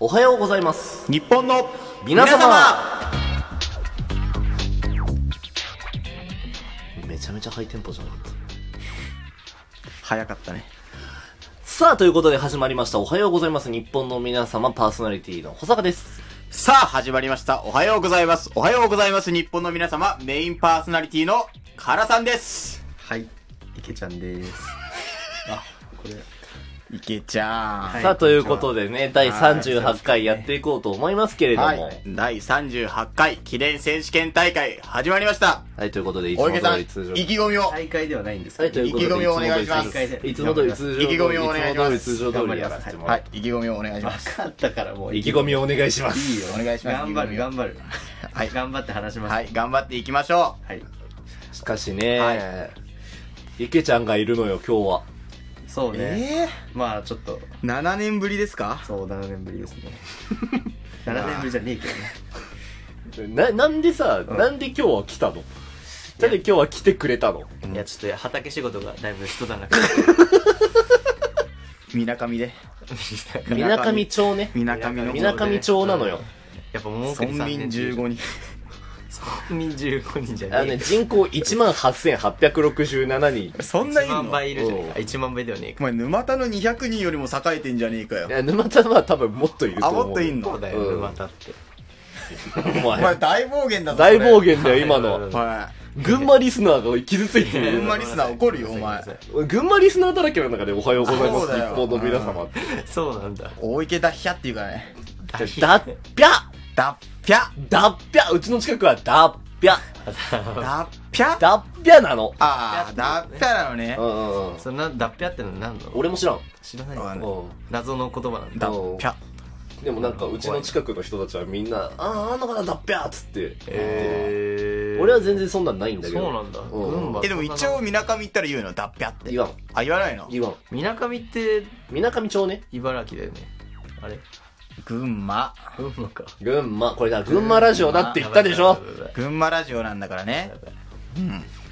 おはようございます日本の皆様皆様めちゃめちゃハイテンポじゃなかった早かったねさあということで始まりましたおはようございます日本の皆様パーソナリティの保坂ですさあ始まりましたおはようございますおはようございます日本の皆様メインパーソナリティのカラさんですはい、池ちゃんです。あ、これ、いけちゃん、はいさあ、ということでね、第はい38回やっていこうと思いますけれども。は。はいい、第38回記念選手権大会始まりましたということで、いつも大通池さんり意気通常。込みを大会ではないんですはけい、とど、いうことで、意気込みをお願いしますいつも通り通常。意気込みをお願いしますいつも通り通常通りやらせてもらはうい。意気込みをお願いします勝ったからもう、意気込みをお願いしまいす。いよ、お願いします頑張る、頑張る。はい頑張って話します。はい頑張っていきましょうはい。しかしね、は池ちゃんがいるのよ、今日は。そうえね。まあ、ちょっと、え7年ぶりですかそう、7年ぶりです ね。7年ぶりじゃねえけどね。な、なんでさ、なんで今日は来たのなんで今日は来てくれたのいや、ちょっと畑仕事がだいぶ人だなみなかみ でみなかみ町ね。みなかみのみなかみ町なのよ。やっぱもう村民15人村民15人じゃあのね、人口18,867人。そんないんのいるじゃねえか。1万倍ではねえお。前沼田の200人よりも栄えてんじゃねえかよいや沼田は多分もっといるとあ思う。もっといんのだうん田って。おお前前。大暴言だぞ大暴言言だよ、今の。は群馬リスナーが傷ついている群馬リスナー怒るよお前群馬リスナーだらけの中でおはようございまそうす、だ日よ本の皆様って。そうなんだ。大池脱ャっていうからねだっぴゃ脱ャだっぴゃうちの近くはだっぴゃ脱ャだっぴゃなの。ああ脱ャなのねうんうんうん。そんな、脱皮あっての何なの俺も知らん。知らないわかんないうん謎の言葉なんだ。脱ャでもなんかうちの近くの人たちはみんな、ああ、あんのかな、だっぴゃーっつって。え俺は全然そんなんないんだけど。そうなんだ。うん群馬。えでも一応みなかみ行ったら言うの脱ャって言わん。あ言わないの言わん。みなかみってみなかみ町ね。茨城だよね。あれ群馬群馬か。群馬、これだ、群馬ラジオだって言ったでしょ群馬ラジオなんだからね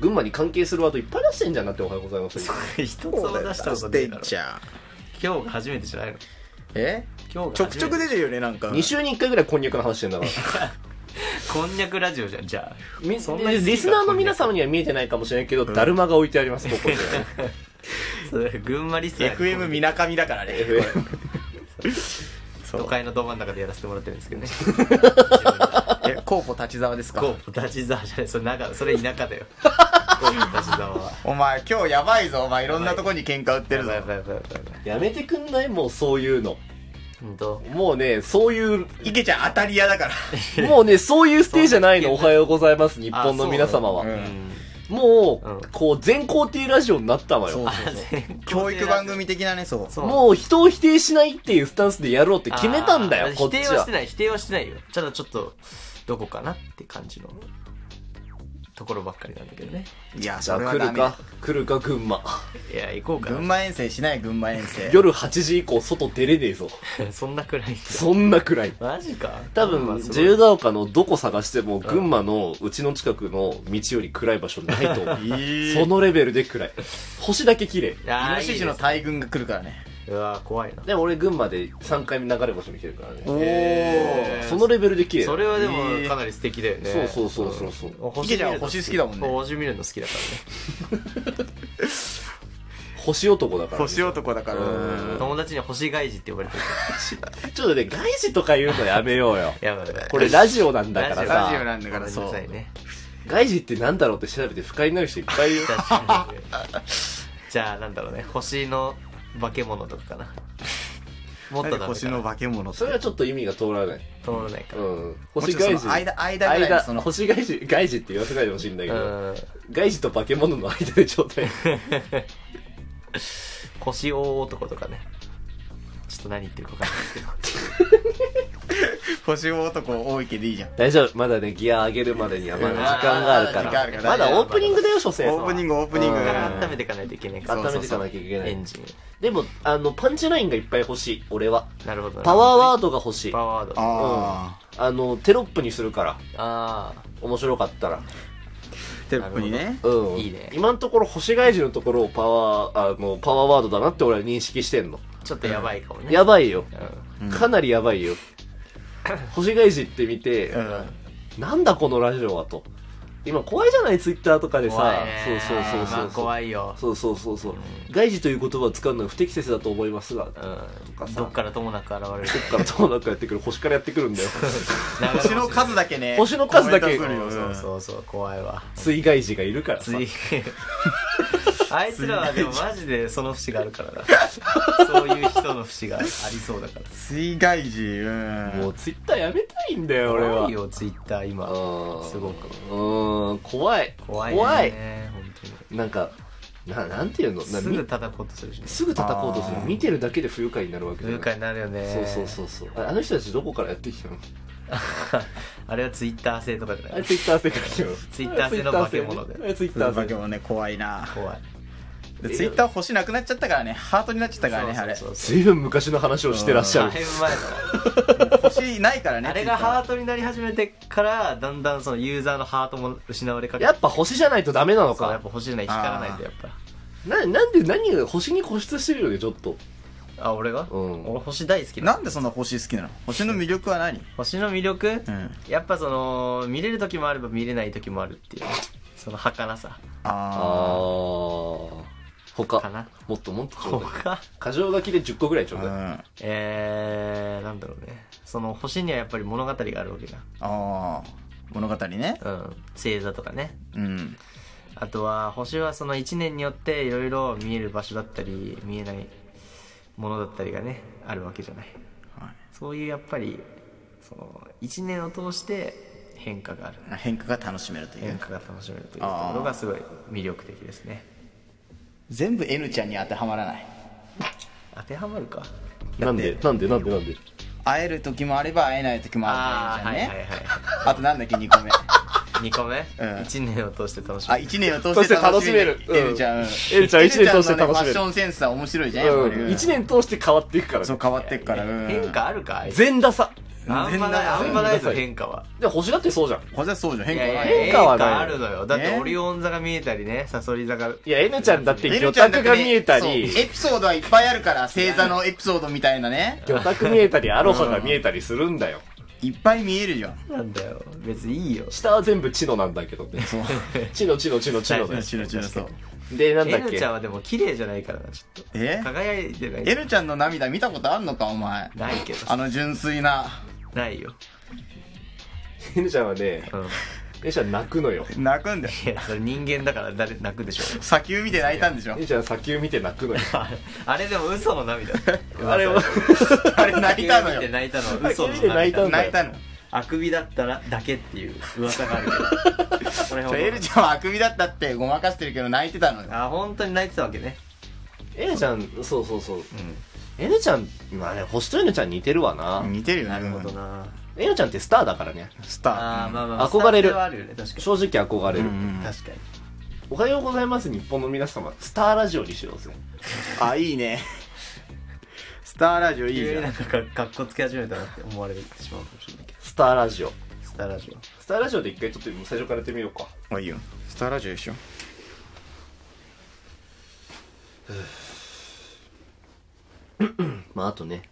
群馬に関係するワードいっぱい出してんじゃんなっておはようございます。一つも出したことない出だろ。ちゃう今日が初めてじゃないのえ今日ちょがくちょくで。出てるよねなんか2週に1回ぐらいこんにゃくの話してんだから。こんにゃくラジオじゃん、じゃあ。みそんなに好きかリスナーの皆様には見えてないかもしれないけど、だるまが置いてあります、ここ に。それ 群馬リスナー。 FM みなかみだからね都会のど真ん中でやらせてもらってるんですけどね。 え候補立沢ですかコープ立ち沢じゃない、それ長、それ田舎だよ。コープ立ち沢は。お前今日やばいぞお前いろんなとこに喧嘩売ってやるぞばいやばいやばいやばいやばい。やめてくんないもうそういうの。ほんと。もうね、そう いう、池ちゃん当たり屋だからもうね、そういうステージじゃないの、おはようございます、日本の皆様は。あそうなのう。うんもう、うんこう、全肯定ラジオになったわよ。そう教育番組的なねそうそうもう人を否定しないっていうスタンスでやろうって決めたんだあよ、ーこっち否定はしはて。ない、否定はしてないよ。ただちょっと、どこかなって感じの、ところばっかりなんだけどね。いやじゃそあ来れはダるメだか、来るか、群馬。いや、行こうか群な。馬遠征しない群馬遠征夜8時以降、外出れねえぞ。 そんなくらいだ。そんなくらい。マジか。多まあ分、す自ごい由が丘のどこ探しても、群馬のうちの近くの道より暗い場所 ないと思う。そのレベルで暗い。星だけ綺麗。イあーノシシの大群が来るからねいいですうわー怖いな。でも俺群馬で3回目流れ星見てるからね。へーそのレベルで綺麗。それはでえもーかなり素敵だよね。そうそうそうそうそう池ちゃんは星好きだもんね星見るの好きだか星男だから、ね。星男だかららね。友達に星外事って呼ばれてる。ちょっとね、外事とか言うのやめよう よ。 やばいやばい。これラジオなんだラかジオらラジオさ。なんだからそうごめんなさいね。外事ってなんだろうって調べて不快になる人いっぱいいるよ。確かにじゃあなんだろうね星の化け物とかか なもなんっとダメでか星の化け物それはちょっと意味が通らない。通らないかうらん。もう星ちょっと外そ事。の間間ぐらいのその間星外事、外事って言わせないでほしいんだけうど、ん外事と化け物の間で状態。星大男とかねちょっと何言ってるか分かんないですけ ど星男多いけどいいじゃん 大丈夫。まだね、ギア上げるまでにはまだ時間があるか時間あるら。からまだオープニングだよ、所詮。オープニングオープニンこグこから温めていかないといけないから温めていかなきゃいけないそうそうそうエンジンでも、あの、パンチラインがいっぱい欲しい、俺は。なるほどパワーワーードが欲しい。パあワーワードあの、テロップにするから。あ面白かったら。あテロップにねうん。いいね今のところ、星外事のところをパワー、あの、パワーワードだなって俺は認識してんの。あちょっとやばいかもねやばいよ。うんかなりやばいよ。星返しって見て、うんなんだこのラジオはと。今怖いじゃない、ツイッターとかで怖さいね。そうそうそうそうまあ怖いよそうそうそうそう。外事という言葉を使うのは不適切だと思いますが、かうんさどっからともなく現れるどっからともなくやってくる、星からやってくる んだよ。 星の数だけね。星の数だけコメント来るそようそうそう怖いわ水害児がいるからさ つ。いあいつらはでもマジでその節があるからなそういう人の節がありそうだから水害児、うん。もうツイッターやめたいんだよ、俺は怖い。よツイッター今うんすごくうん、怖い。怖いね怖い。本当になんか、な、なんていうのなすぐ叩こうとするしねみすぐ叩こうとするあ。ー見てるだけで不愉快になるわけ不じゃ愉ない。快になるよねそうそうそうそう。ああの人たちどこからやってきたの あれはツイッター製とかじゃあなれいツイッター世界よ。ツイッター製の化け物だよあれツイッそタう化ーけ世物ね、怖いな。怖いでツイッター星なくなっちゃったからね、ハートになっちゃったからね、あれ。そうそうそうずいぶん昔の話をしてらっしゃだいるぶ。前だな星ないからね。あれがハート。トになり始めてから、だんだんそのユーザーのハートも失われかけて。やっぱ星じゃないとダメなのそう、やかっぱ。欲しいない、光らないんだよ、やっな、なんで何が星に固執してるよね、ちょっと。ぱ。あ、俺が、うん俺星大好きななんでそんな星好きなの星の魅力は何星の魅力、うん。やっぱその、見れる時もあれば見れない時もあるっていう。その儚さ。ああー。か他な。もっともっとちょうだい。他箇条書きで10個ぐらいちょー。ううだい。ん。あえー、なんだろうね。その星にはやっぱり物語があるわけじあー。物語ね。ゃん。うん。星座とかね。うん。あとは星はその1年によっていろいろ見える場所だったり見えないものだったりがねあるわけじゃない、はいそういうやっぱりその1年を通して変化がある変化が楽しめるとい変う。化が楽しめるというとあーころがすごい魅力的ですね全部 N ちゃんに当てはまらない。当てはまるかなんで、なんで、なんで、なんで。会える時もあれば会えない時もあるあかあらーいいはいじゃんはいね。はあとなんだっけ、2個目。い2個目、うん一1年を通して楽しあ、める一年を通して楽しめるそ。して楽しめる N ちゃん。 N ちゃん一年通して楽しめる N ちゃんのねファッションセンスは面白いじゃん、やっぱり。うん。1年通して変わっていくからそうね。変わってっから。うん変化あるかい全ダサ。あんまないあんまないぞ変化はで、星だってそうじゃん。これはそうじゃん、変い化やいやはない。変変化化はないあるのよだってねオリオン座が見えたりねサソリ座がいや、N ちゃんだってね魚拓が見えたりそう、エピソードはいっぱいあるから、星座のエピソードみたいなね。魚拓見えたり、アロハが見えたりするんだよ。いっぱい見えるじゃん。なんだよ別にいいよ下は全部チノなんだけどね。そう。チノチノチノチノだよ。ちろちろそう。で、なんだっ N けちゃんはでも綺麗じゃないからなちょっとえ輝いてないエルちゃんの涙見たことあんのか、お前。ないけどあの純粋な。ないよ、 N ちゃんはね、うん、い N ちゃん泣くのよ。泣くんだよ。やそれ人間だから誰泣くでしょ砂丘見て泣いたんでしょ N ちゃん砂丘見て泣くのよ。あれ あれでも嘘の涙あれは、あれ泣いたの見てよ。泣いたのは嘘の見て泣いた涙の泣いたの。あくびだったらだけっていう噂があるけどこれほちょエルちゃんはあくびだったってごまかしてるけど泣いてたのよ。あ本当に泣いてたわけね N ちゃん、そうそうそう。N ちゃん、まあね、星と N ちゃん似てるわな。似てるよね。なるほどうんな N ちゃんってスターだからね。スタあーー。まあまあ憧れるスター性はあるよね確か正直憧れる。に確かにおはようございます、日本の皆様。スターラジオにしようぜ。あ、いい ね。スターラジオいいじ急ゃにんな。んかかかっこつけ始めたなって思われてしまうかもしれないけどスターラジオ。スターラジオスターラジオで一回ちょっと最初からやってみようか。まあいいよスターラジオでしょまああとね、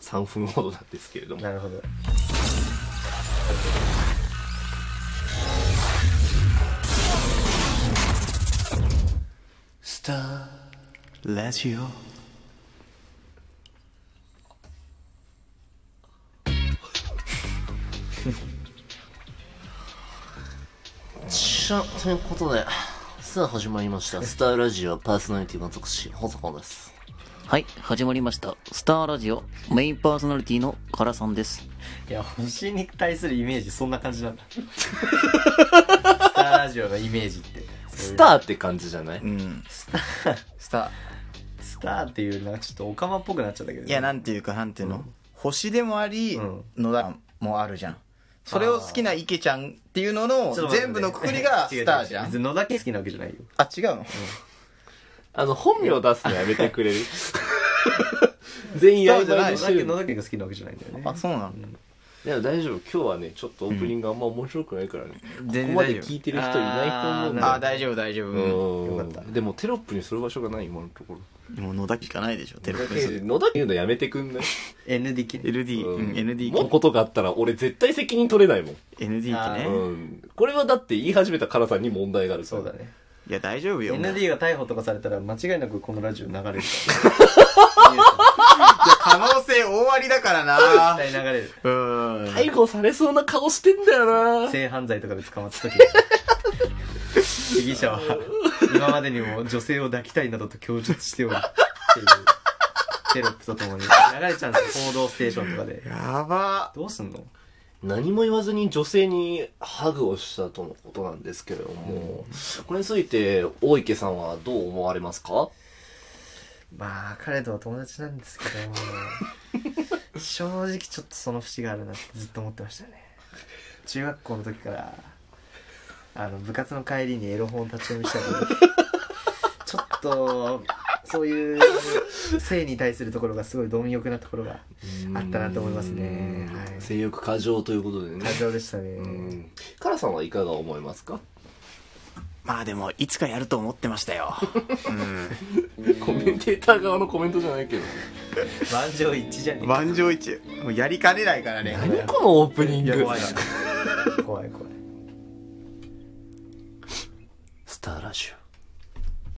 3分ほどなんですけれども。なるほどスターラジオさあ、ということで、さあ始まりました。スターラジオパーソナリティの特集、保坂です。はい、始まりました。スターラジオ、メインパーソナリティのカラさんです。いや、星に対するイメージそんな感 じなんだ。スターラジオのイメージって。スターって感じじゃない、うんスター、スタスターっていうのはちょっとオカマっぽくなっちゃったけど、ーいやなんんていうかなんていうの、星でもあり、うん野田もあるじゃんそれを好きな池ちゃんっていうのの全部のくくり がスターじゃん別に野田圭好きなわけじゃないよ。あ違うのあの、本名出すのやめてくれ る全員やりそうじゃなたいい野し田て圭る野田圭が好きなわけじゃないんだよね。あそうなの、いや大丈夫今日はねちょっとオープニングあんま面白くないからね、全ここ然ま大で丈聞いてる人いないと思うんだよあー大丈夫大丈夫、うんよかっでもテロップにする場所がない今のところたもう野田聞かないでしょテロップにする野田言うのやめてくんない夫 N できる LD、うん、ND もうことがあったら俺絶対責任取れないもん、 ND 機ね あうーん、これはだって言い始めたカラさんに問題があるからそうだねいや大丈夫よもう ND が逮捕とかされたら間違いなくこのラジオ流れるから 可能性大ありだから な絶対流れるうん逮捕されそうな顔してんだよな性犯罪とかで捕まった時被疑者は今までにも女性を抱きたいなどと供述しておりっていうテロップとともに流れちゃうんですよ「報道ステーション」とかでやばどうすんの何も言わずに女性にハグをしたとのことなんですけれども、これについて大池さんはどう思われますかまあ彼とは友達なんですけど正直ちょっとその節があるなってずっと思ってましたね中学校の時からあの部活の帰りにエロ本を立ち読みしたりちょっとそういう性に対するところがすごい貪欲なところがあったなと思いますねうんはい性欲過剰ということでね過剰でしたうねんカラさんはいかが思いますかまあでもいつかやると思ってましたよ、コメンテーター側のコメントじゃないけど満場一致じゃねうん、 満場一致 もうやりかねないからねこのオープニンいやグ怖いな怖い怖いスターラジオ